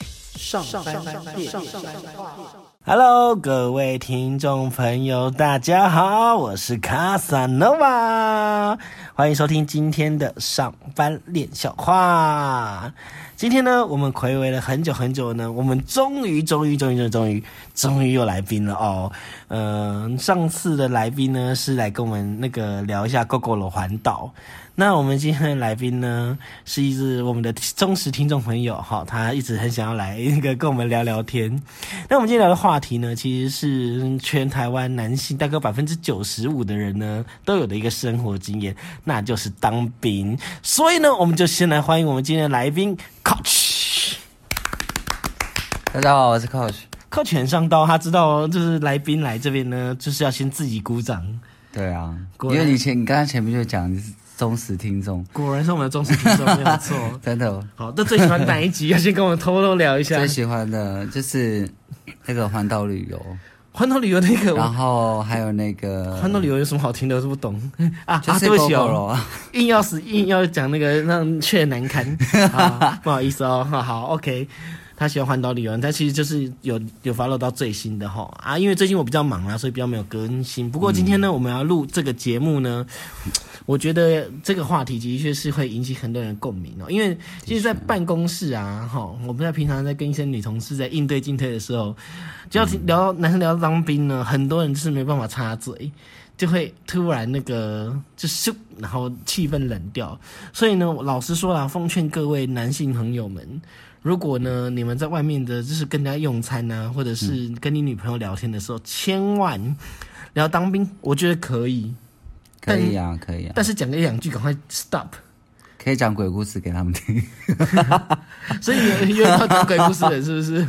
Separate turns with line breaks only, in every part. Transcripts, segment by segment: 上班变化。
Hello，各位听众朋友，大家好，我是卡萨诺瓦，欢迎收听今天的上班练笑话。今天呢，我们暌违了很久很久呢，我们终于终于终于终于终于终于有来宾了哦。嗯、上次的来宾呢是来跟我们那个聊一下 GoGo 的环岛。那我们今天的来宾呢，是一直我们的忠实听众朋友哈、他一直很想要来那个跟我们聊聊天。那我们今天聊的话题呢，其实是全台湾男性大概百分之九十五的人呢都有的一个生活经验，那就是当兵。所以呢，我们就先来欢迎我们今天的来宾 Coach。
大家好，我是 Coach。
Coach 很上道，他知道就是来宾来这边呢，就是要先自己鼓掌。
对啊，因
果然
为你前你刚才前面就讲你是忠实听众，
果然是我们的忠实听众，没有错。
真的，
好，那最喜欢哪一集？要先跟我们偷偷聊一下
最。喜欢的就是那个环岛旅游，
环岛旅游那个，
然后还有那个
环岛旅游有什么好听的？我都不懂啊
就
啊！
是
对不起哦，
GoGo
硬要死硬要讲那个让却难堪，好不好意思哦。好好，OK。他喜欢环岛旅游，他其实就是有有 follow 到最新的哈啊，因为最近我比较忙啦，所以比较没有更新。不过今天呢，我们要录这个节目呢，我觉得这个话题的确是会引起很多人共鸣哦，因为其实，在办公室啊，哈，我们在平常在跟一些女同事在应对进退的时候，只要聊到男生聊到当兵呢，很多人是没办法插嘴，就会突然那个就是，然后气氛冷掉。所以呢，我老实说啦，奉劝各位男性朋友们，如果呢你们在外面的，就是跟人家用餐啊，或者是
嗯
跟你女朋友聊天的时候，千万聊当兵，我觉得可以，
可以啊，可以啊，
但是讲个一两句，赶快 stop。
可以讲鬼故事给他们听，
所以有有人要讲鬼故事的，是不是？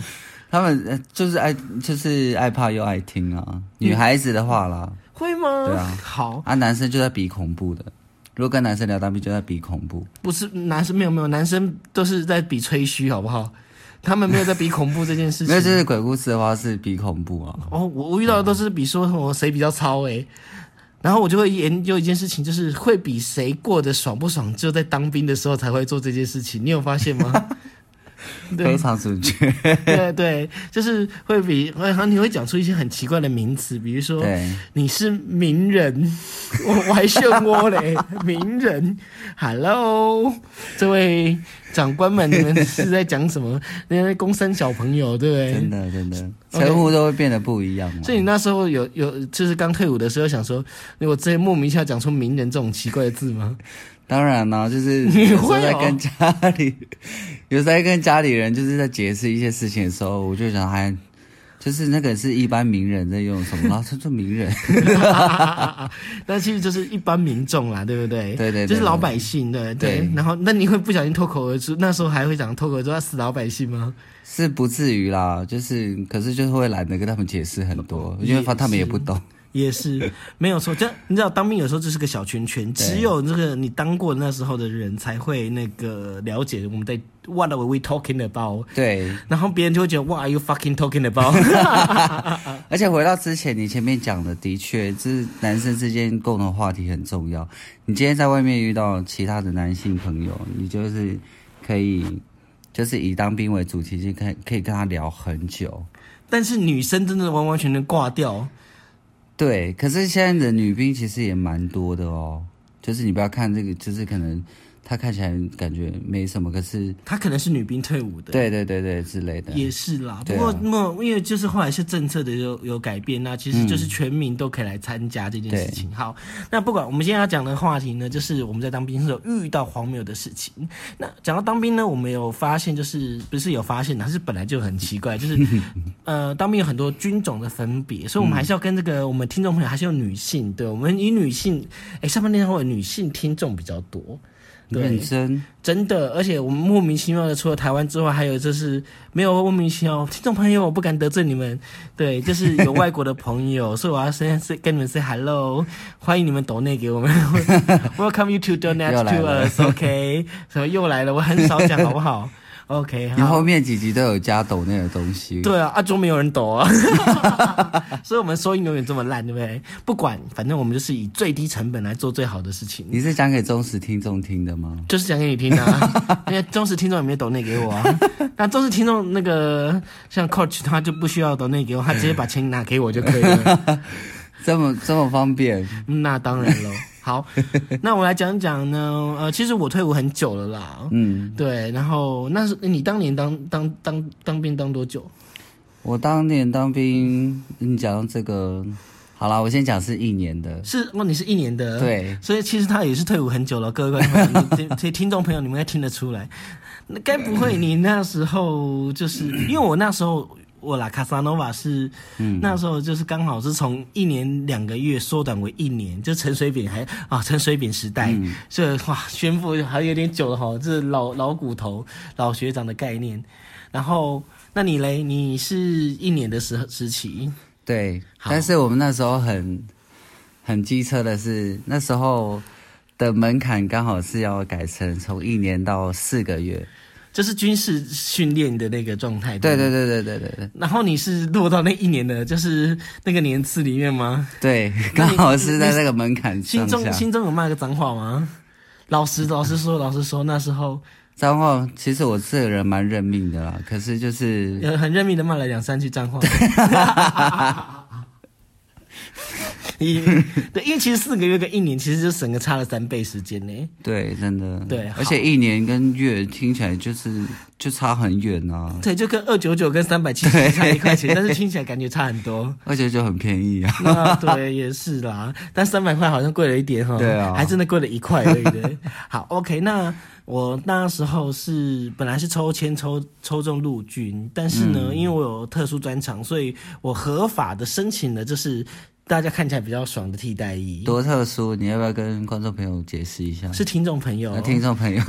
他们 呃就是爱就是爱怕又爱听啊，
嗯
女孩子的话啦，
会吗？
对啊
好，
啊男生就在比恐怖的，如果跟男生聊当兵就在比恐怖，
不是男生没有没有，男生都是在比吹嘘，好不好？他们没有在比恐怖这件事
没有就
情。
是鬼故事的话是比恐怖啊，
哦，我我遇到的都是比说我谁比较糙诶、然后我就会研究一件事情，就是会比谁过得爽不爽，只有在当兵的时候才会做这件事情。你有发现吗？对
非常准确，
对对，就是会比，呃然后你会讲出一些很奇怪的名词，比如说
对。
你是名人，我我还漩涡嘞，名人，Hello，这位长官们，你们是在讲什么？那些公三小朋友，对不
真
对？
的真的，
哎 OK
称呼都会变得不一样啊嘛。
所以你那时候有有，就是刚退伍的时候想说，我直接莫名一下讲出名人这种奇怪的字 吗？
当然啦、就是
你
有时
会
候
哦
在跟家里，有时候在跟家里人就是在解释一些事情的时候，我就想还。就是那个是一般名人在用什 么，然后他说名人，
那其实就是一般民众啦，对不对？
对对对
就是老百姓，对对。
对
然后，那你会不小心脱口而出，那时候还会讲脱口而出要死老百姓吗？
是不至于啦，就是可是就是会懒得跟他们解释很多，因为发他们也不懂，
也是没有错，就你知道，当兵有时候就是个小圈圈，
对
只有这个你当过那时候的人才会那个了解我们在 What are we talking about？
对。
然后别人就会觉得 What are you fucking talking about？
而且回到之前你前面讲的，的确，就是男生之间共同话题很重要。你今天在外面遇到其他的男性朋友，你就是可以，就是以当兵为主题，就可以可以跟他聊很久。
但是女生真的完完全全挂掉，
对，可是现在的女兵其实也蛮多的哦，就是你不要看这个，就是可能她看起来感觉没什么，可是
她可能是女兵退伍的。
对对对对之类的，
也是啦，不
对啊
过那么因为就是后来是政策的有有改变，那其实就是全民都可以来参加这件事情。好，那不管我们现在要讲的话题呢，就是我们在当兵是有遇到荒谬的事情。那讲到当兵呢，我们有发现就是不是有发现的，它是本来就很奇怪，就是 呃，当兵有很多军种的分别，所以我们还是要跟这个、我们听众朋友还是有女性，对我们以女性，哎，上半年会有女性听众比较多。对
认真。
真的，而且我们莫名其妙的，除了台湾之外，还有就是没有莫名其妙听众朋友，我不敢得罪你们，对，就是有外国的朋友，所以我要先是跟你们 say hello，欢迎你们抖内给我们，Welcome you to donate
又来
to
了
us，OK，、什么又来了，我很少讲好不好？ OK，
你后
好。
面几集都有加抖那个东西，
对啊，啊，就没有人抖啊，所以我们收音永远这么烂，对不对？不管，反正我们就是以最低成本来做最好的事情。
你是讲给忠实听众听的吗？
就是讲给你听的、啊，因为忠实听众也没有抖内给我啊。那忠实听众那个像 Coach 他就不需要抖内给我，他直接把钱拿给我就可以了。
这么这么方便，
嗯那当然喽。好，那我来讲讲呢，呃，其实我退伍很久了啦。
嗯，
对，然后那是你当年当当当当兵当多久？
我当年当兵，你讲到这个，好啦，我先讲是一年的，
是哦，你是一年的。，
对，
所以其实他也是退伍很久了，各位观 众朋友，你听听听众朋友，你们应该听得出来。那该不会你那时候就是因为我那时候我啦卡萨诺瓦是，
嗯
那时候就是刚好是从一年两个月缩短为一年，就陈水扁还啊陈水扁时代，
嗯
这哇宣布还有点久了哈，这老老骨头老学长的概念。然后那你嘞，你是一年的时时期，
对，
好
但是我们那时候很很机车的是，那时候的门槛刚好是要改成从一年到四个月。
就是军事训练的那个状态。
对
不
对对对对对对
然后你是落到那一年的，就是那个年次里面吗？
对，
那
刚
你
好是在那个门槛
心
上
中
下。
心中有骂个脏话吗？老实老实说，老实说，那时候
脏话，其实我这个人蛮认命的啦，可是就是
呃很认命的骂了两三句脏话。你对，因为其实四个月跟一年，其实就整个差了三倍时间呢。
对，真的
对好
而且一年跟月听起来就是就差很远啊，
对，就跟二九九跟三百七十差一块钱，但是听起来感觉差很多。
而且就很便宜啊。
那对，也是啦，但三百块好像贵了一点哈。
对啊
还真的贵了一块而已。 对好，OK，那我那时候是本来是抽签抽抽中陆军，但是呢，
嗯
因为我有特殊专长，所以我合法的申请了，就是大家看起来比较爽的替代役，
多特殊，你要不要跟观众朋友解释一下？
嗯是听众朋友
那。听众朋友，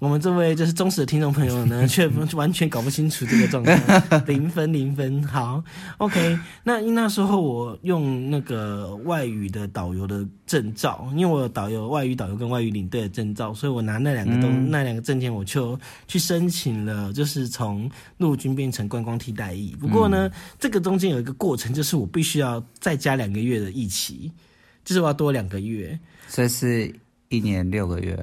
我们这位就是忠实的听众朋友呢， 却不完全搞不清楚这个状况，零分零分。好，OK 那。那那时候我用那个外语的导游的证照，因为我有导游、外语导游跟外语领队的证照，所以我拿那两个东、那两个证件，我就去申请了，就是从陆军变成观光替代役。不过呢，这个中间有一个过程，就是我必须要再加两个月的役期，就是我要多两个月。
所以是一年六个月，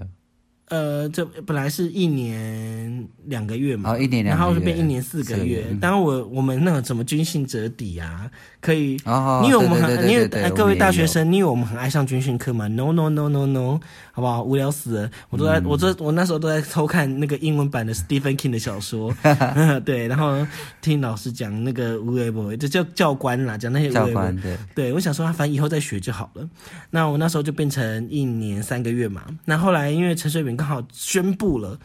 呃，这本来是一年两个月嘛，
哦一年
然
两个月
后就变一年四个
四个
月
月。嗯
当然我我们那个什么军训折抵啊，可以。
哦，
你以为我们
对
很，
对
你以为
对对对
哎各
对
位
我们也
大学
有
生，你以为我们很爱上军训课吗？No No No No No，好不好？无聊死了，我都在，
嗯
我这我那时候都在偷看那个英文版的 Stephen King 的小 说， 对，然后听老师讲那个无为不为，就叫教官啦，讲那些无为
教
不为
官，对，
对，我想说，啊反正以后再学就好了。那我那时候就变成一年三个月嘛。那后来因为陈水扁刚好宣布了，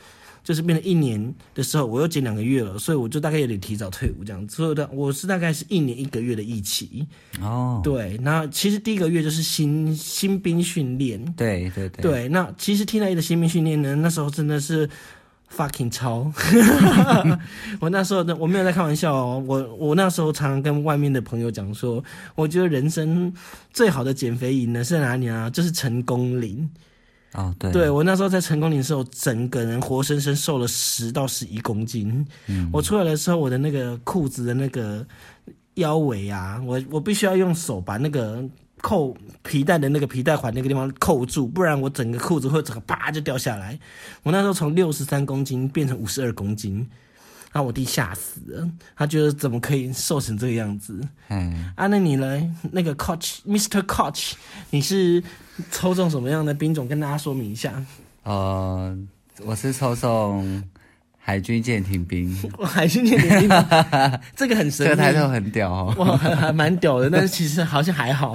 就是变成一年的时候，我又减两个月了，所以我就大概有点提早退伍这样子。所以我的我是大概是一年一个月的役期。
哦，
对，那其实第一个月就是新新兵训练。
对对对，
对，那其实 T 内的新兵训练呢，那时候真的是 fucking 超。 我那时候呢，我没有在开玩笑哦，我我那时候常常跟外面的朋友讲说，我觉得人生最好的减肥营呢是在哪里啊？就是成功岭。
哦对，
对我那时候在成功岭的时候，整个人活生生瘦了十到十一公斤。我出来的时候，我的那个裤子的那个腰围啊，我我必须要用手把那个扣皮带的那个皮带环那个地方扣住，不然我整个裤子会整个啪就掉下来。我那时候从六十三公斤变成五十二公斤。然后我弟吓死了，他觉得怎么可以瘦成这个样子
哎，
啊？那你呢？那个 Coach，Mr. Coach，你是抽中什么样的兵种？跟大家说明一下。
呃，我是抽中海军舰艇兵，
我海军舰艇兵， 这个很神
这
秘，
个抬头很屌哦，
哇，还还蛮屌的，但是其实好像还 好，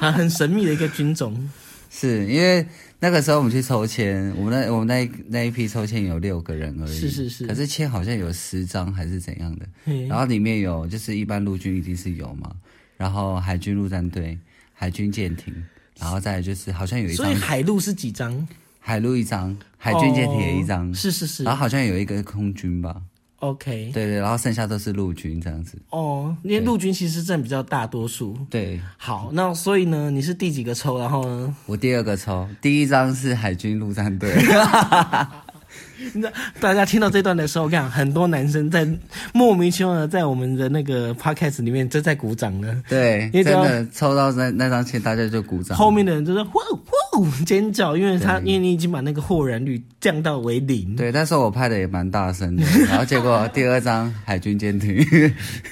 啊，很神秘的一个军种。
是因为那个时候我们去抽签，我们那我们那一那一批抽签有六个人而已，
是是是
可是签好像有十张还是怎样的，
嘿
然后里面有就是一般陆军一定是有嘛，然后海军陆战队、海军舰艇，然后再来就是好像有一张
所以海陆是几张？
海陆一张，海军舰艇也一张，
哦是是是
然后好像有一个空军吧，
，OK。
对对，然后剩下都是陆军这样子。
哦，因为陆军其实占比较大多数。
对
好，那所以呢，你是第几个抽？然后呢？
我第二个抽，第一张是海军陆战队，
大家听到这段的时候，我跟你讲，很多男生在莫名其妙的在我们的那个 podcast 里面就在鼓掌了。
对，
因为
真
只要
的抽到那那张签，大家就鼓掌。
后面的人就是哇哇尖叫，因为他因为你已经把那个豁然率降到为零。
对，那时候我拍的也蛮 大声的，然后结果第二张海军舰艇，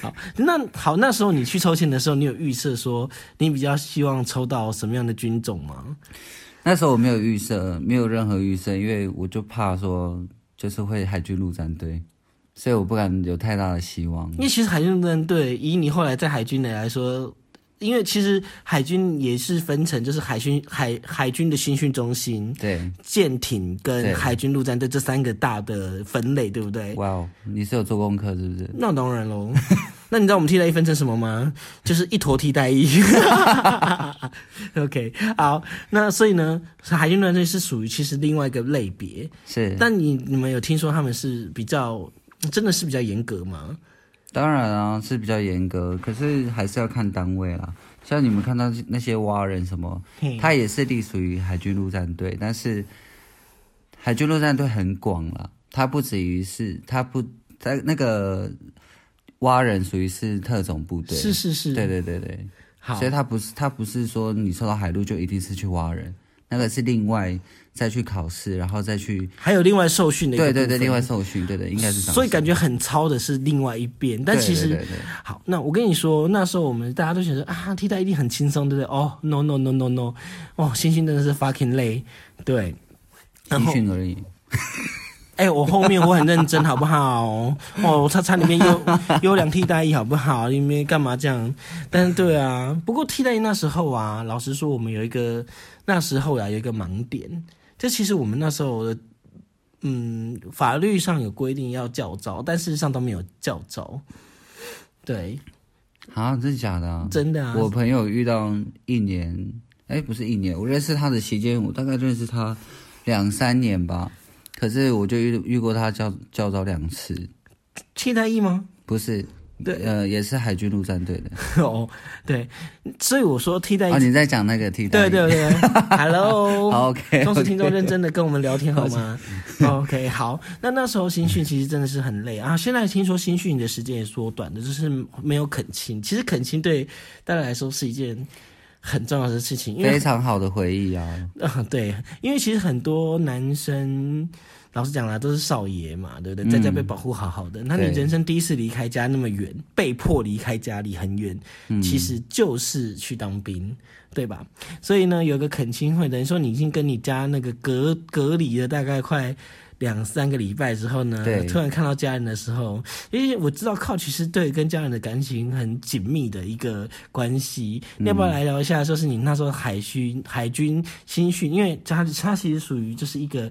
好，那好，那时候你去抽签的时候，你有预测说你比较希望抽到什么样的军种吗？
那时候我没有预设，没有任何预设，因为我就怕说就是会海军陆战队，所以我不敢有太大的希望
因。为其实海军陆战队，以你后来在海军的来说，因为其实海军也是分成就是海军海海军的新训中心、
对，
舰艇跟
对
海军陆战队这三个大的分类，对不对？
哇哦，你是有做功课是不是？
那当然喽。 那你知道我们替代役分成什么吗？就是一坨替代役。OK，好，那所以呢，海军陆战队是属于其实另外一个类别。
是，
但你你们有听说他们是比较真的是比较严格吗？
当然啊，是比较严格，可是还是要看单位啦。像你们看到那些蛙人什么，
嘿
他也是隶属于海军陆战队，但是海军陆战队很广啦，它不止于是，它不，它那个蛙人属于是特种部队，
是是是，
对对对对，
好
所以它不是它不是说你抽到海陆就一定是去蛙人，那个是另外再去考试，然后再去，
还有另外受训的一个
对对对，
部分
另外受训，对对，应该是这样，
所以感觉很糙的是另外一边，但
对
其实
对对对
好，那我跟你说，那时候我们大家都觉得啊，替代一定很轻松，对不对？哦、n o no no no no，哦，新训真的是 fucking 累，对。然
新
后，
训而已。
哎、我后面我很认真，好不好？哦，他差里面 优优良替代役，好不好？你们干嘛这样？但是对啊，不过替代役那时候啊，老实说，我们有一个那时候啊有一个盲点，就其实我们那时候的。嗯，法律上有规定要教招，但事实上都没有教招。对，
啊，真的假的、啊？
真的啊，
我朋友遇到一年，哎，不是一年，我认识他的期间，我大概认识他两三年吧。可是我就遇遇过他教教招两次，
替代役吗？
不是，
对
呃，也是海军陆战队的。
哦，对，所以我说替代役
哦，，你在讲那个替
对
代役？
对 对
好
，Hello，
，OK，
忠实
OK
听众认真的跟我们聊天好吗？OK，好，那那时候新训其实真的是很累啊。现在听说新训的时间也缩短了，就是没有恳亲。其实恳亲对大家来说是一件很重要的事情，因为
非常好的回忆啊。
啊， 对，因为其实很多男生，老实讲啦，都是少爷嘛，对不对？在家被保护好好的，那你
嗯对
人生第一次离开家那么远，被迫离开家里很远，
嗯
其实就是去当兵，对吧？所以呢，有个恳亲会，等于说你已经跟你家那个隔隔离了大概快。两三个礼拜之后呢
对，
突然看到家人的时候，因为我知道靠其实对跟家人的感情很紧密的一个关系，
嗯
要不要来聊一下？就是你那时候海军海军新训，因为它它其实属于就是一个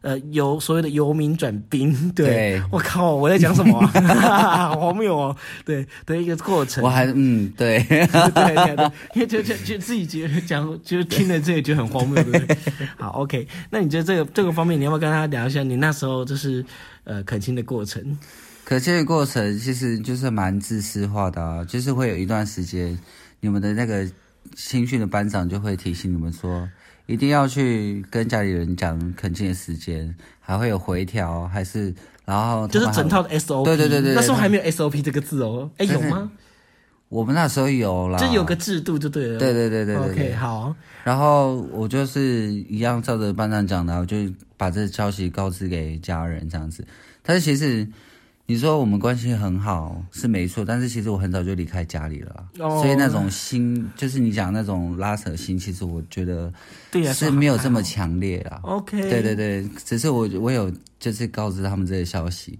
呃由所谓的游民转兵， 对
对
我靠，我在讲什么、 啊？ 好荒谬哦，对的一个过程
我。还嗯，对，
对对对，因为就就就自己觉得讲，就听了这个觉得很荒谬， 对不对？好，OK，那你觉得这个这个方面，你要不要跟大家聊一下你那时候就是呃恳亲的过程？
可这个过程其实就是蛮自私化的啊，就是会有一段时间，你们的那个新训的班长就会提醒你们说，一定要去跟家里人讲恳亲的时间，还会有回调，还是然后他
就
们
是
还
整套的 SOP，
对对对对对
那时候还没有 SOP 这个字哦，哎有
但是
吗？
我们那时候有啦，
就有个哦制度就对了。
对对对对对
OK，
对
好，
然后我就是一样照着班长讲的啊，我就把这消息告知给家人这样子。但是其实你说我们关系很好是没错，但是其实我很早就离开家里了啦，
哦
所以那种心就是你讲那种拉扯心，其实我觉得
对呀，
是没有这么强烈啦。
哦 OK。
对对对，只是我我有就是告知他们这个消息，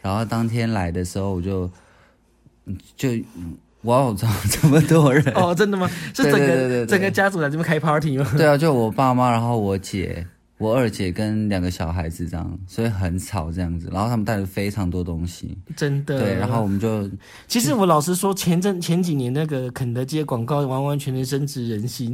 然后当天来的时候我就就哇，我操，这么多人
哦，真的吗？是整
对
个
对对对对
整个家族来这边开 party 吗？
对啊，就我爸妈，然后我姐、我二姐跟两个小孩子这样，所以很吵这样子。然后他们带了非常多东西，
真的。
对，然后我们就
其实我老实说，前阵前几年那个肯德基的广告完完全全深植人 心，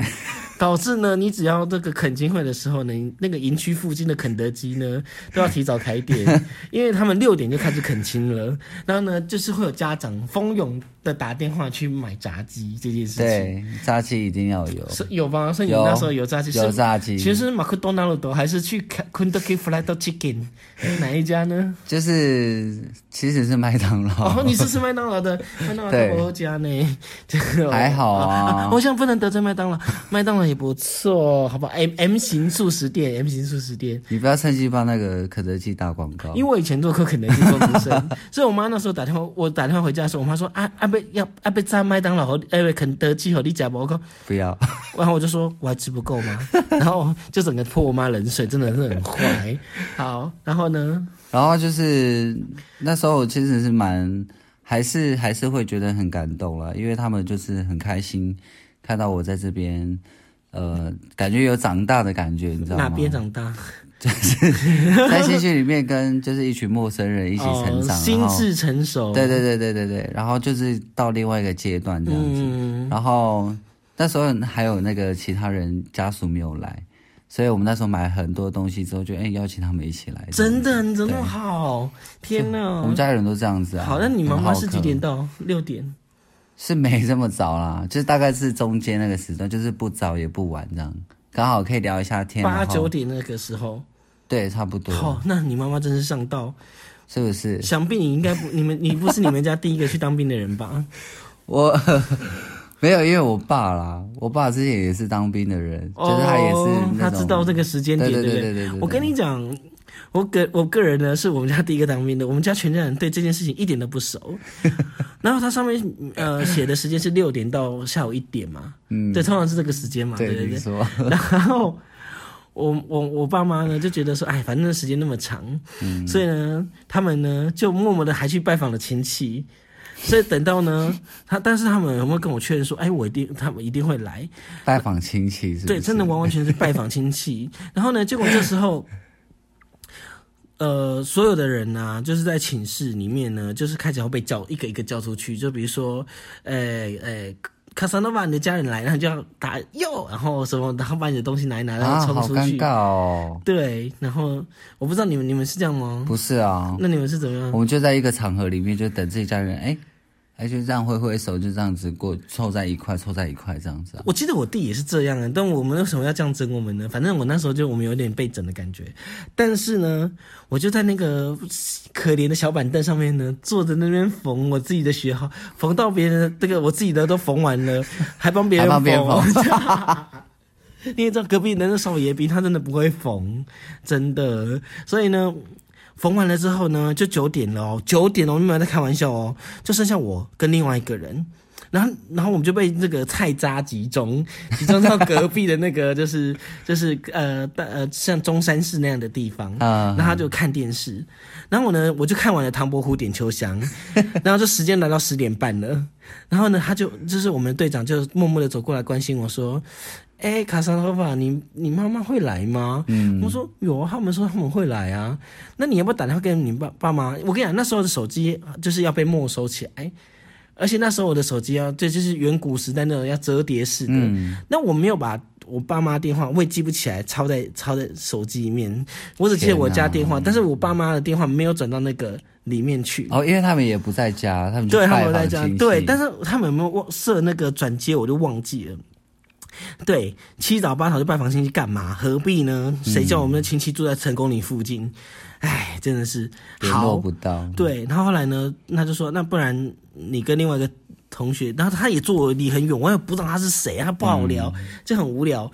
导致呢，你只要这个恳亲会的时候呢，那个营区附近的肯德基呢都要提早 开店，因为他们六点就开始恳亲了，然后呢，就是会有家长蜂拥的打电话去买炸鸡这件事情。
对，炸鸡一定要有，
是有吧？所以你
有
那时候有炸鸡，
有
是
炸鸡，
其实马克多纳鲁多还是去看 Kentucky Fried Chicken 哪一家 呢？
就是其实是麦当劳，
哦， 你是 吃麦当劳的，麦当劳
对
的我家呢， 这个
还好啊
啊， 我想不能得罪麦当劳，麦当劳也不错，哦好不好？M M 型素食店，M 型素食店。
你不要趁机帮那个肯德基打广告，
因为我以前做过肯德基工读 生，所以我妈那时候打电话，我打电话回家的时候，我妈说啊啊被要啊被炸麦当劳和哎肯德基和你讲我靠，
不要
然后我就说我还吃不够 吗？然后就整个泼我妈冷水，真的是很坏。好，然后呢，
然后就是那时候我其实是蛮，还是还是会觉得很感动了，因为他们就是很开心看到我在这边，呃，感觉有长大的感觉，你知道吗？
哪边长大？
在新训里面跟就是一群陌生人一起成长，
哦、心
然后
智成熟。
对对对对对对，然后就是到另外一个阶段这样子，
嗯，
然后那时候还有那个其他人家属没有来，所以我们那时候买很多东西之后就，哎邀请他们一起来。
真
这样
的，
子
你怎么那么好？天
对
哪！
我们家人都这样子啊。
好，那你妈
很好
妈
客
是几点？到？六点。
是没这么早啦，就是大概是中间那个时段，就是不早也不晚这样，刚好可以聊一下天。
八
然后
九，点那个时候，
对，差不多，
好、那你妈妈真是上道。
是不是？
想必你应该不，你们你 不是你们家第一个去当兵的人 吧？
我没有，因为我爸啦，我爸之前也是当兵的人，就是他也是
哦
那
他
种
知道这个时间点，
对
不
对对对对
我跟你讲，我个我个人呢是我们家第一个当兵的，我们家全家人对这件事情一点都不 熟。然后他上面呃写的时间是六点到下午一点嘛，嗯，对，通常是这个时间嘛，对
对
对
你
对。
说，
然后我我我爸妈呢就觉得说，哎，反正时间那么长，所以呢，他们呢就默默的还去拜访了亲戚。所以等到呢，他但是他们有没有跟我确认说，哎，我一定他们一定会来？
拜访亲戚是不是？
对，真的完完全全是拜访亲戚。 然后呢，结果这时候，呃，所有的人呢、就是在寝室里面呢，就是开始要被叫一个一个叫出去。就比如说，呃呃，卡萨诺瓦，你的家人来，然后就要打哟，然后什么，然后把你的东西拿一拿，然
啊，
后冲
好
出
尴
去。
尬哦。
对，然后我不知道你们你们是这样吗？
不是啊，
那你们是怎么样
我？们就在一个场合里面，就等自己家人，哎、哎，就这样挥挥手，就这样子过，凑在一块，凑在一块这样子啊。
我记得我弟也是这样啊，但我们为什么要这样整我们呢？反正我那时候就我们有点被整的感觉，但是呢，我就在那个可怜的小板凳上面呢，坐着那边缝我自己的学号，缝到别人的这个我自己的都缝完了，还帮别人
还帮
缝。
别人
你也知道隔壁的那少爷兵他真的不会缝，真的，所以呢。缝完了之后呢，就九点了哦，九点哦，我们没有在开玩笑哦，就剩下我跟另外一个人，然后然后我们就被那个菜渣集中，集中到隔壁的那个 就是就是呃大呃像中山市那样的地方，
啊
然后他就看电视，然后我呢我就看完了《唐伯虎点秋香》， 然后就时间来到十点半了，然后呢他就就是我们队长就默默的走过来关心我说。哎、卡萨诺瓦，你你妈妈会来吗？嗯，我说有啊，他们说他们会来啊。那你要不要打电话给你爸爸妈？我跟你讲，那时候的手机啊就是要被没收起来，哎而且那时候我的手机要，啊这就是远古时代那种要折叠式的。那我没有把我爸妈电话，我也记不起来，抄在抄在手机里面。我只记得我家电话，但是我爸妈的电话没有转到那个里面去。
哦，因为他们也不在家，他们就
对，他
拜
们在
访
家
亲戚。，
对，但
是
是他们有没有忘设那个转接，我就忘记了。对，七早八早就拜访亲戚干嘛？何必呢？谁叫我
嗯
们的亲戚住在成功岭附近？哎、真的是
联络
好
不到。
对，然后后来呢，那就说那不然你跟另外一个同学，然后他也坐我离很远，我也不知道他是谁，啊他不好聊，
嗯
就很无聊。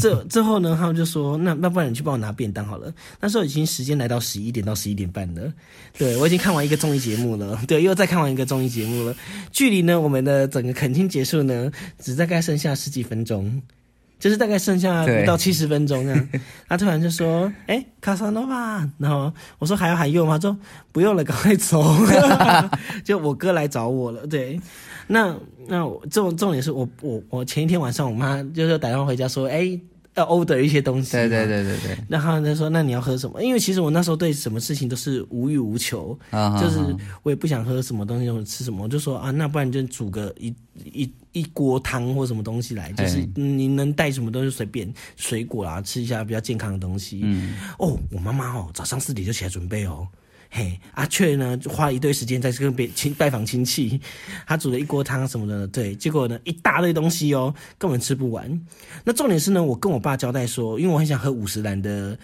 这之后呢，他们就说那那不然你去帮我拿便当好了。那时候已经时间来到十一点到十一点半了，对我已经看完一个综艺节目了， 对，又再看完一个综艺节目了。距离呢我们的整个恳亲结束呢，只大概剩下十几分钟。就是大概剩下
对
不到七十分钟这 样，他突然就说：“哎、卡萨诺瓦。”然后我说：“还要还用吗？”他说：“不用了，赶快 走。” 就我哥来找我了，对。那那我重重点是我我我前一天晚上我妈就是打电话回家说：“哎、要 order 一些东西。”
对对。对对对，
然后她说：“那你要喝什么？”因为其实我那时候对什么事情都是无欲无求，
啊，
就
哈
是
哈
我也不想喝什么东西或者吃什么，我就说啊，那不然就煮个一一一锅汤或什么东西来，就是
嘿
嗯你能带什么东西随便，啊
嗯
水果啦，吃一下比较健康的东西。哦，我妈妈哦，早上四点就起来准备哦。嘿，阿雀呢就花了一堆时间在跟别亲拜访亲戚， 他煮了一锅汤什么的，对，结果呢一大堆东西哦，根本吃不完。那重点是呢，我跟我爸交代说，因为我很想喝五十兰的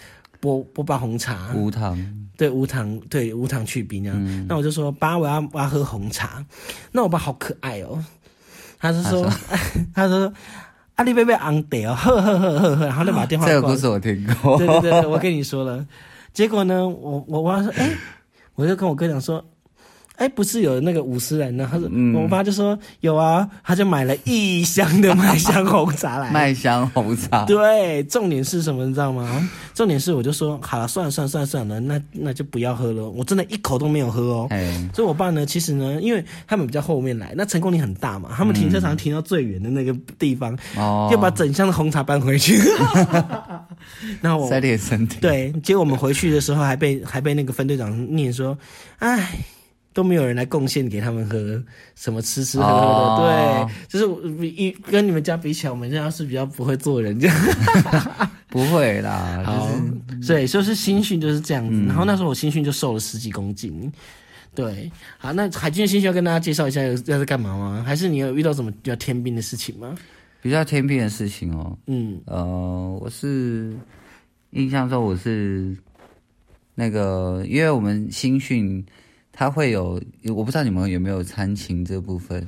波波霸红茶，
无糖，
对无糖，对无糖去冰啊。
嗯
那我就说爸，我要我要喝红茶。那我爸好可爱哦，他是说， 他说啊阿丽贝贝昂得哦，呵呵呵呵呵，然后就把电话
这个
挂
故
了
事我听过。
对对对，对我跟你说了。结果呢，我我我妈说，哎、我就跟我哥讲说，哎、不是有那个五十人呢？他说，
嗯
我妈就说有啊，他就买了一箱 的麦香红茶来。
麦香红茶，
对，重点是什么，你知道吗？重点是我就说好了，算了算了算了算了，那那就不要喝了。我真的一口都没有喝哦。
哎，
所以我爸呢，其实呢，因为他们比较后面来，那成功率很大嘛，他们停车场停到最远的那个地方，
哦，
要把整箱的红茶搬回 去。那我
塞点身体，，
哦对，结果我们回去的时候还被还被那个分队长念说，哎。都没有人来贡献给他们喝什么吃吃喝喝的，
哦
对，就是我比一跟你们家比起来，我们家是比较不会做人这样。
不会啦，
好
就是，
所以就是新训就是这样子。然后那时候我新训就瘦了十几公斤，对。好，那海军的新训要跟大家介绍一下要在干嘛吗？还是你有遇到什么比较天兵的事情吗？
比较天兵的事情哦。
嗯，
呃，我是印象中我是那个，因为我们新训它会有，我不知道你们有没有参勤这部分，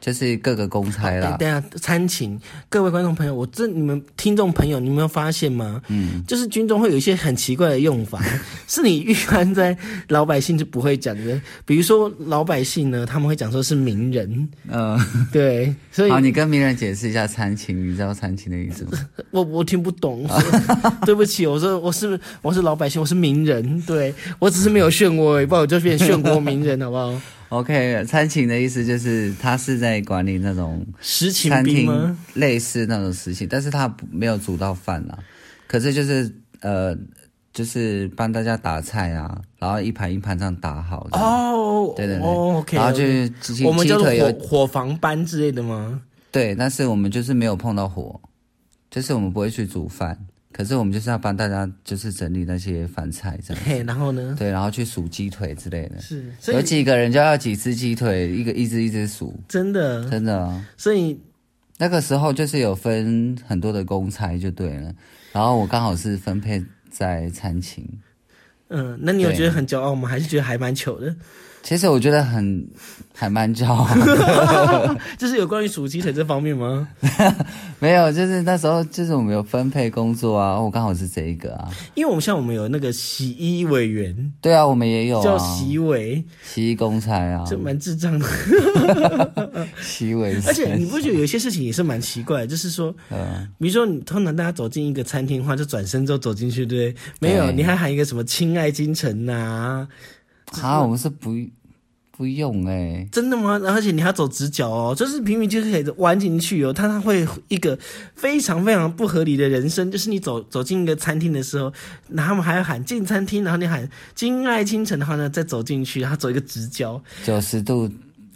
就是各个公差
哎
啦。
等一下餐请各位观众朋友，我这你们听众朋友，你们有没有发现吗？嗯，就是军中会有一些很奇怪的用法， 是你一般在老百姓是不会讲的。比如说老百姓呢，他们会讲说是名人，
呃，
对，所以
啊好，你跟名人解释一下参勤，你知道参勤的意思吗？
我我听不懂， 所以对不起，我说我是我是老百姓，我是名人，对我只是没有漩涡而已，不然我就变漩涡名人，好不 好？
OK，餐勤的意思就是他是在管理那种
实情
餐
兵
厅
吗？
类似那种事情，但是他不没有煮到饭啦。可是就是呃，就是帮大家打菜啊，然后一盘一盘这样打好这样。
哦，
对对对
哦，OK，
然后就是鸡
我们
鸡
叫做
腿
火
有
火防班之类的吗？
对，但是我们就是没有碰到火，就是我们不会去煮饭，可是我们就是要帮大家就是整理那些饭菜这 样。
嘿，然后呢？
对，然后去数鸡腿之类的，
是，所
有
以
几个人就要几只鸡腿，一个一只一只数，
真的，
真的、啊。
所以
那个时候就是有分很多的公差就对了，然后我刚好是分配在餐勤。
嗯，那你有
对
觉得很骄傲吗？还是觉得还蛮糗的？
其实我觉得很还蛮骄傲的，
就是有关于数鸡腿这方面吗？
没有，就是那时候就是我们有分配工作啊，我刚好是这一个啊，
因为我们像我们有那个洗衣委员，
对啊，我们也有
叫
啊，
洗委，
洗衣公差啊，
这蛮智障的。
洗尾
而且你
生，
不觉得有些事情也是蛮奇怪的，就是说，
嗯，
比如说你通常大家走进一个餐厅的话，就转身之后走进去，对不对？没有，
对
你还喊一个什么“亲爱京城”呐？
啊，我们是不不用哎、
真的吗？而且你还要走直角哦，就是平民就是可以弯进去哦，它它会一个非常非常不合理的人生，就是你走走进一个餐厅的时候，然后他们还要喊进餐厅，然后你喊“亲爱京城”，然后呢再走进去，然后走一个直角。
九十度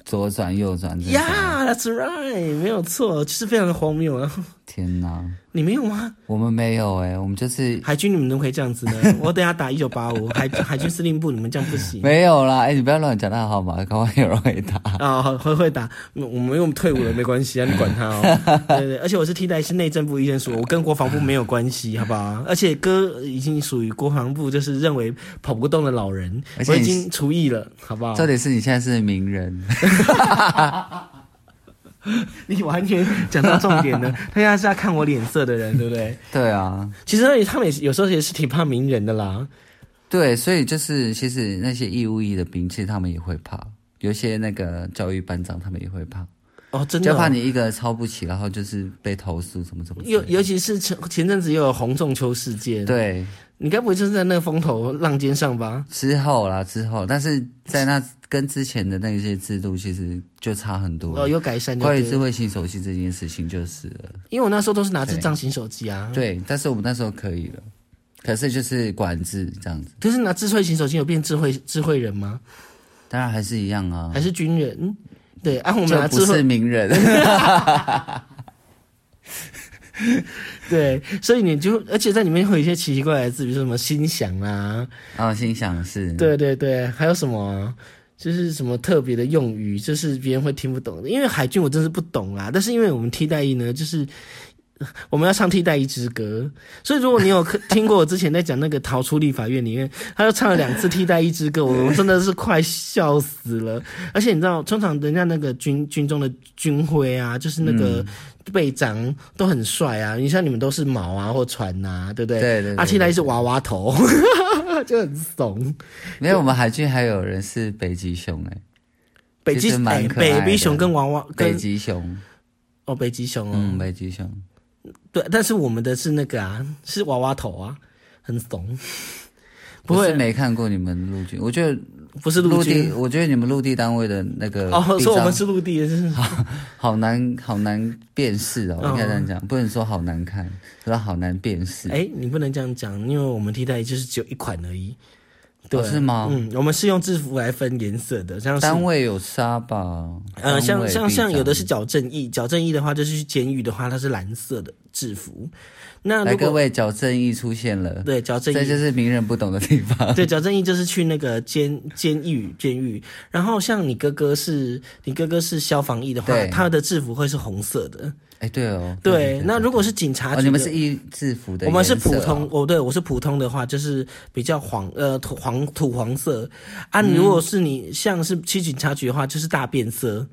左转右转这种，
Yeah，that's right，没有错，就是非常的荒谬啊！
天哪，
你没有吗？
我们没有哎、我们就是
海军你们怎么可以这样子呢？ 我等下打一九八五，海海军司令部，你们这样不行。
没有啦，哎、你不要乱讲那号码，搞不好有人会打。
啊、会会打，嗯我们用退伍了没关系啊，你管他 哦。对对，而且我是替代是内政部医生署，我跟国防部没有关系，好不好？而且哥已经属于国防部，就是认为跑不动的老人
而，且
我已
你
经除役了，好不好？
重点是你现在是名人，
你完全讲到重点 了，他现在是要看我脸色的人，对不对？
对啊，
其实他们也是有时候也是挺怕名人的啦。
对，所以就是其实那些义务役的兵，其实他们也会怕，有些那个教育班长他们也会怕，
哦，真的
就
哦、
怕你一个抄不起，然后就是被投诉什么什么之类
尤
的。
尤其是前前阵子又有洪仲秋事件，
对
你该不会就是在那个风头浪尖上吧？
之后啦，之后，但是在那跟之前的那些制度其实就差很多。
哦，有改善就
关于
对
智
了
慧型手机这件事情就是了，
因为我那时候都是拿智
对
障型手机啊，
对，但是我们那时候可以了，可是就是管制这样子，
可是拿智慧型手机有变智慧智慧人吗？
当然还是一样啊
还，是军人？对，啊，我们
就
拿
不
智
是
慧，
名人。
对，所以你就，而且在里面会有一些奇奇怪怪的字，比如说什么心想啊，
哦，心想是，
对对对，还有什么就是什么特别的用语，就是别人会听不懂的。因为海军我真是不懂啦，但是因为我们替代役呢，就是呃我们要唱替代役之歌，所以如果你有听过我之前在讲那个逃出立法院里面，他就唱了两次替代役 之歌，我我真的是快笑死了。而且你知道，通常人家那个军军中的军徽啊，就是那个
嗯
背长都很帅啊，你像你们都是毛啊或船呐、对不对？
对对对
啊，替代役是娃娃头， 就很怂。
没有我们海军还有人是北极熊哎、
北
其
极
实蛮
哎
可爱的
北极熊跟娃娃
北
跟
极熊，
哦北极熊哦、
嗯，北极熊，
对，但是我们的是那个啊，是娃娃头啊，很怂，不
我
会
是没看过你们陆军，我觉得
不是陆
地，
军
我觉得你们陆地单位的那个
哦，
臂
说我
章
们是陆地，是
好难好难辨识哦，
嗯
应该这样讲，不能说好难看，说好难辨识。
哎，你不能这样讲，因为我们替代就是只有一款而已，对，
哦是吗
嗯，我们是用制服来分颜色的，像是
单位有沙吧？
呃，
单
像
位
像
臂章
像有的是矫正役，矫正役的话就是去监狱的话，它是蓝色的制服，那
来
如
各
果
位矫正义出现了，
对矫正
这
役
就是名人不懂的地 方。
对，矫正义就是去那个监监狱监狱，然后像你哥哥是你哥哥是消防役的话，
对
他的制服会是红色的。
哎，对哦，
对，那如果是警察局
哦
的、
你们是义制服的
我
颜色哦，
们是普通，哦，对我是普通的话，就是比较黄，呃，土黄土黄色啊。
嗯
你如果是你像是去警察局的话，就是大变色。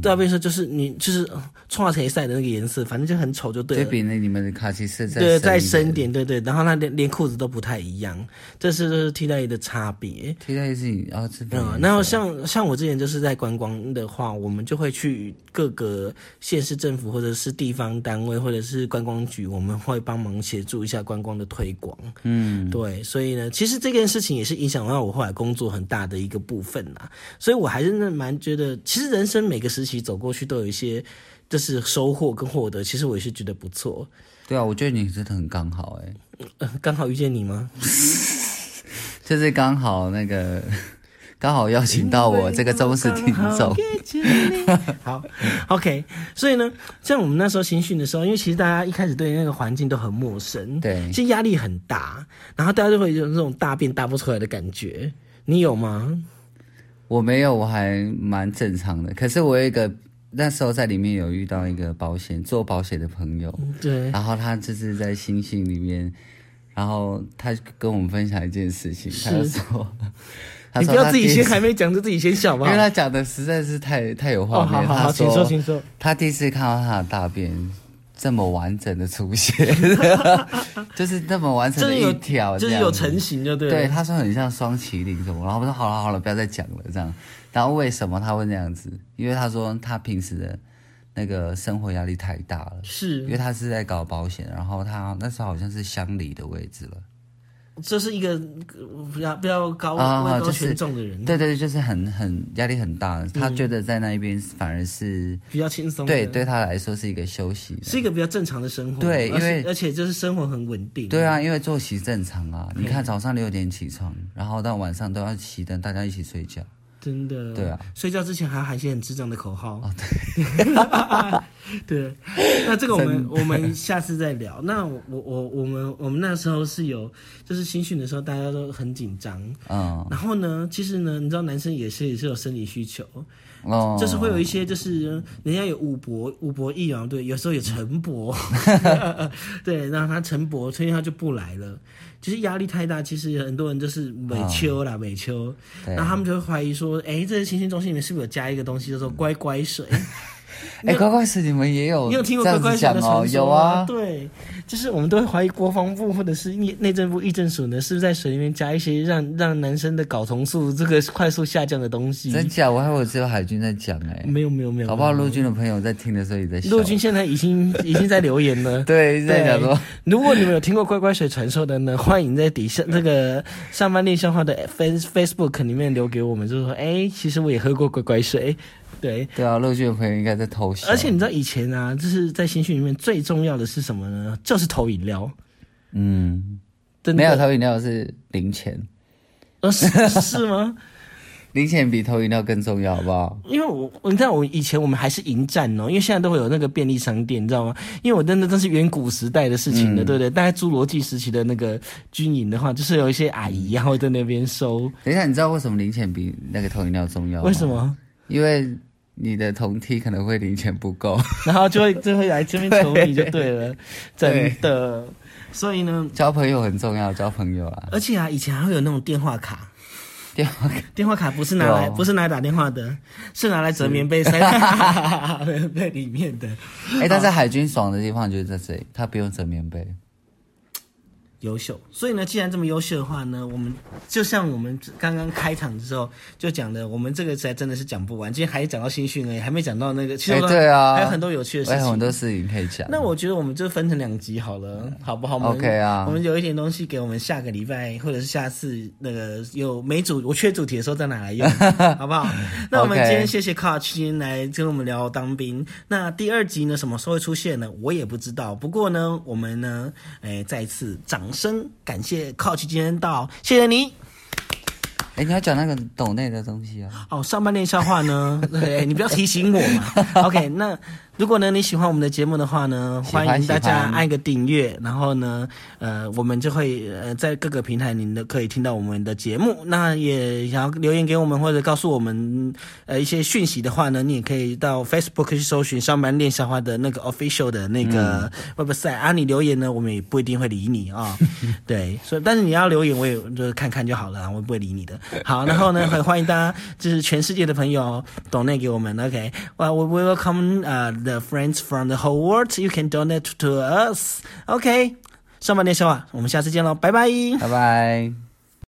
大变色就是你就是呃跨台赛的那个颜色，反正就很丑就对
就
了。
比那你们的卡其色再
对，再
深
深一点，对对，然后他连连裤子都不太一样，这是这是替代役的差别。
替代是你哦，制服
嗯，
颜
然后
色
像像我之前就是在观光的话，我们就会去各个县市政府或者是地方单位或者是观光局，我们会帮忙协助一下观光的推广。嗯，对，所以呢，其实这件事情也是影响到我后来工作很大的一个部分啦。所以我还是那蛮觉得，其实人生每个时期走过去都有一些就是收获跟获得，其实我也是觉得不错。
对啊，我觉得你真的很刚好哎，
呃刚好遇见你吗？
就是刚好那个 刚好邀请到我这个忠实听众，
好，OK，所以呢，像我们那时候新训的时候，因为其实大家一开始对那个环境都很陌生，
对
其实压力很大，然后大家就会有那种大便大不出来的感觉。你有吗？
我没有，我还蛮正常的。可是我有一个那时候在里面有遇到一个保险做保险的朋
嗯
友，
对，
然后他就是在星星里面，然后他跟我们分享一件事情，他就说， 他
你
说
不要
他
自己
第一
先
次
还没讲就自己先笑好不
因为
好？
他讲的实在是太太有
哦，
画面。
好好好，
他
请说，请说。
他第一次看到他的大便这么完整的 出现，就是这么完整
就
的
是有
一条，
就是
这样
有
子
成型就对了。
对，他说很像双麒麟什么，然后我说好了好了，不要再讲了这样。然后为什么他会那样子？因为他说他平时的那个生活压力太大了，因为
是，
他是在搞保险，然后他那时候好像是乡里的位置了。
这是一个呃比较比较高
啊
位高
就是
权重的人，
对对，对就是很很压力很大，他觉得在那一边反而是
比较轻松的，
对对他来说是一个休息的。
是一个比较正常的生活。
对
而且
因为
而且就是生活很稳定。
对啊，因为作息正常啊，
嗯
你看早上六点起床，然后到晚上都要熄灯，大家一起睡觉。
真的，
对啊，
睡觉之前还要喊一些很智障的口号。哦，
哦
对，对，那这个我们我们下次再聊。那我我我我们我们那时候是有，就是新训的时候大家都很紧张，
嗯，
然后呢，其实呢，你知道男生也是也是有生理需求，
哦，
就是会有一些，就是人家有五博五博艺啊，对，有时候有陈 博，对，然后他陈博，所以他就不来了。就是压力太大，其实很多人就是美秋
嗯
啦，美秋，
对
然后他们就会怀疑说，哎，这些新训中心里面是不是有加一个东西叫做乖乖水？
哎，乖乖是你们也 有
你有听过
哦这
乖乖
样子
水
讲
的
哦？
传
有
说
啊，
对，就是我们都会怀疑国防部或者是内内政部、议政署呢，是不是在水里面加一些让让男生的睾酮素这个快速下降的东西？
真假？我还以为只有海军在讲哎、
没有没有没有，
搞不好
没有
陆军的朋友在听的时候也在笑。
陆军现在已经已经在留言了。
对一直在讲说，
如果你们有听过乖乖水传说的呢， 欢迎在底下那个上班练笑话的 Face Facebook 里面留给我们，就是说，哎、其实我也喝过乖乖水，对。
对啊，陆军的朋友应该在偷笑。
而且你知道以前啊，就是在新训里面最重要的是什么呢？就是投饮料，
嗯，
真的
没有投饮料是零钱，
呃是是吗？
零钱比投饮料更重要，好不好？
因为我你知道我以前我们还是迎战哦，因为现在都会有那个便利商店，你知道吗？因为我真的真是远古时代的事情了，对不对？大概侏罗纪时期的那个军营的话，就是有一些阿姨然后在那边收，
等一下，你知道为什么零钱比那个投饮料重要？
为什？么？
因为你的同梯可能会零钱不够，
然后就会就会来这边求你就对了，
对
真的。所以呢，
交朋友很重要，交朋友啊。
而且啊，以前还会有那种电话卡。
电话卡
电话卡不是拿来
有
不是拿来打电话的，是拿来折棉被塞在 棉被里面的
哎、但是海军爽的地方就是在这里，他不用折棉被。
优秀。所以呢，既然这么优秀的话呢，我们就像我们刚刚开场的时候就讲的，我们这个才真的是讲不完。今天还讲到新训而已，还没讲到那个，其实
哎、
我
对啊，
还有很多有趣的事
还有
情
很。多事情可以讲。
那我觉得我们就分成两集好了，好不好？我们
嗯 OK 啊
我们有一点东西给我们下个礼拜或者是下次那个有没主我缺主题的时候再拿来 用，好不好？那我们
OK
今天谢谢 Coach 今天来跟我们聊当兵。那第二集呢，什么时候会出现呢？我也不知道。不过呢，我们呢，哎，再次掌声感谢 Coach 今天到，谢谢你。
哎、你要讲那个抖内的东西啊。
哦，上半年笑话 呢？对，你不要提醒我嘛。OK，那如果呢你喜欢我们的节目的话呢，
喜欢
欢迎大
喜
家
欢
按个订阅，然后呢，呃，我们就会呃在各个平台您都可以听到我们的节目。那也想要留言给我们或者告诉我们呃一些讯息的话呢，你也可以到 Facebook 去搜寻上班练笑话的那个 official 的那个
嗯
website、啊，你留言呢，我们也不一定会理你啊、对，所以但是你要留言，我也就是看看就好了啊，我不会理你的。好，然后呢，很欢迎大家，就是全世界的朋友 donate 给我们，OK？哇、well,，we we welcome 呃、the friends from the whole world. You can donate to us, OK？上半年说话，我们下次见喽，拜拜。
拜拜。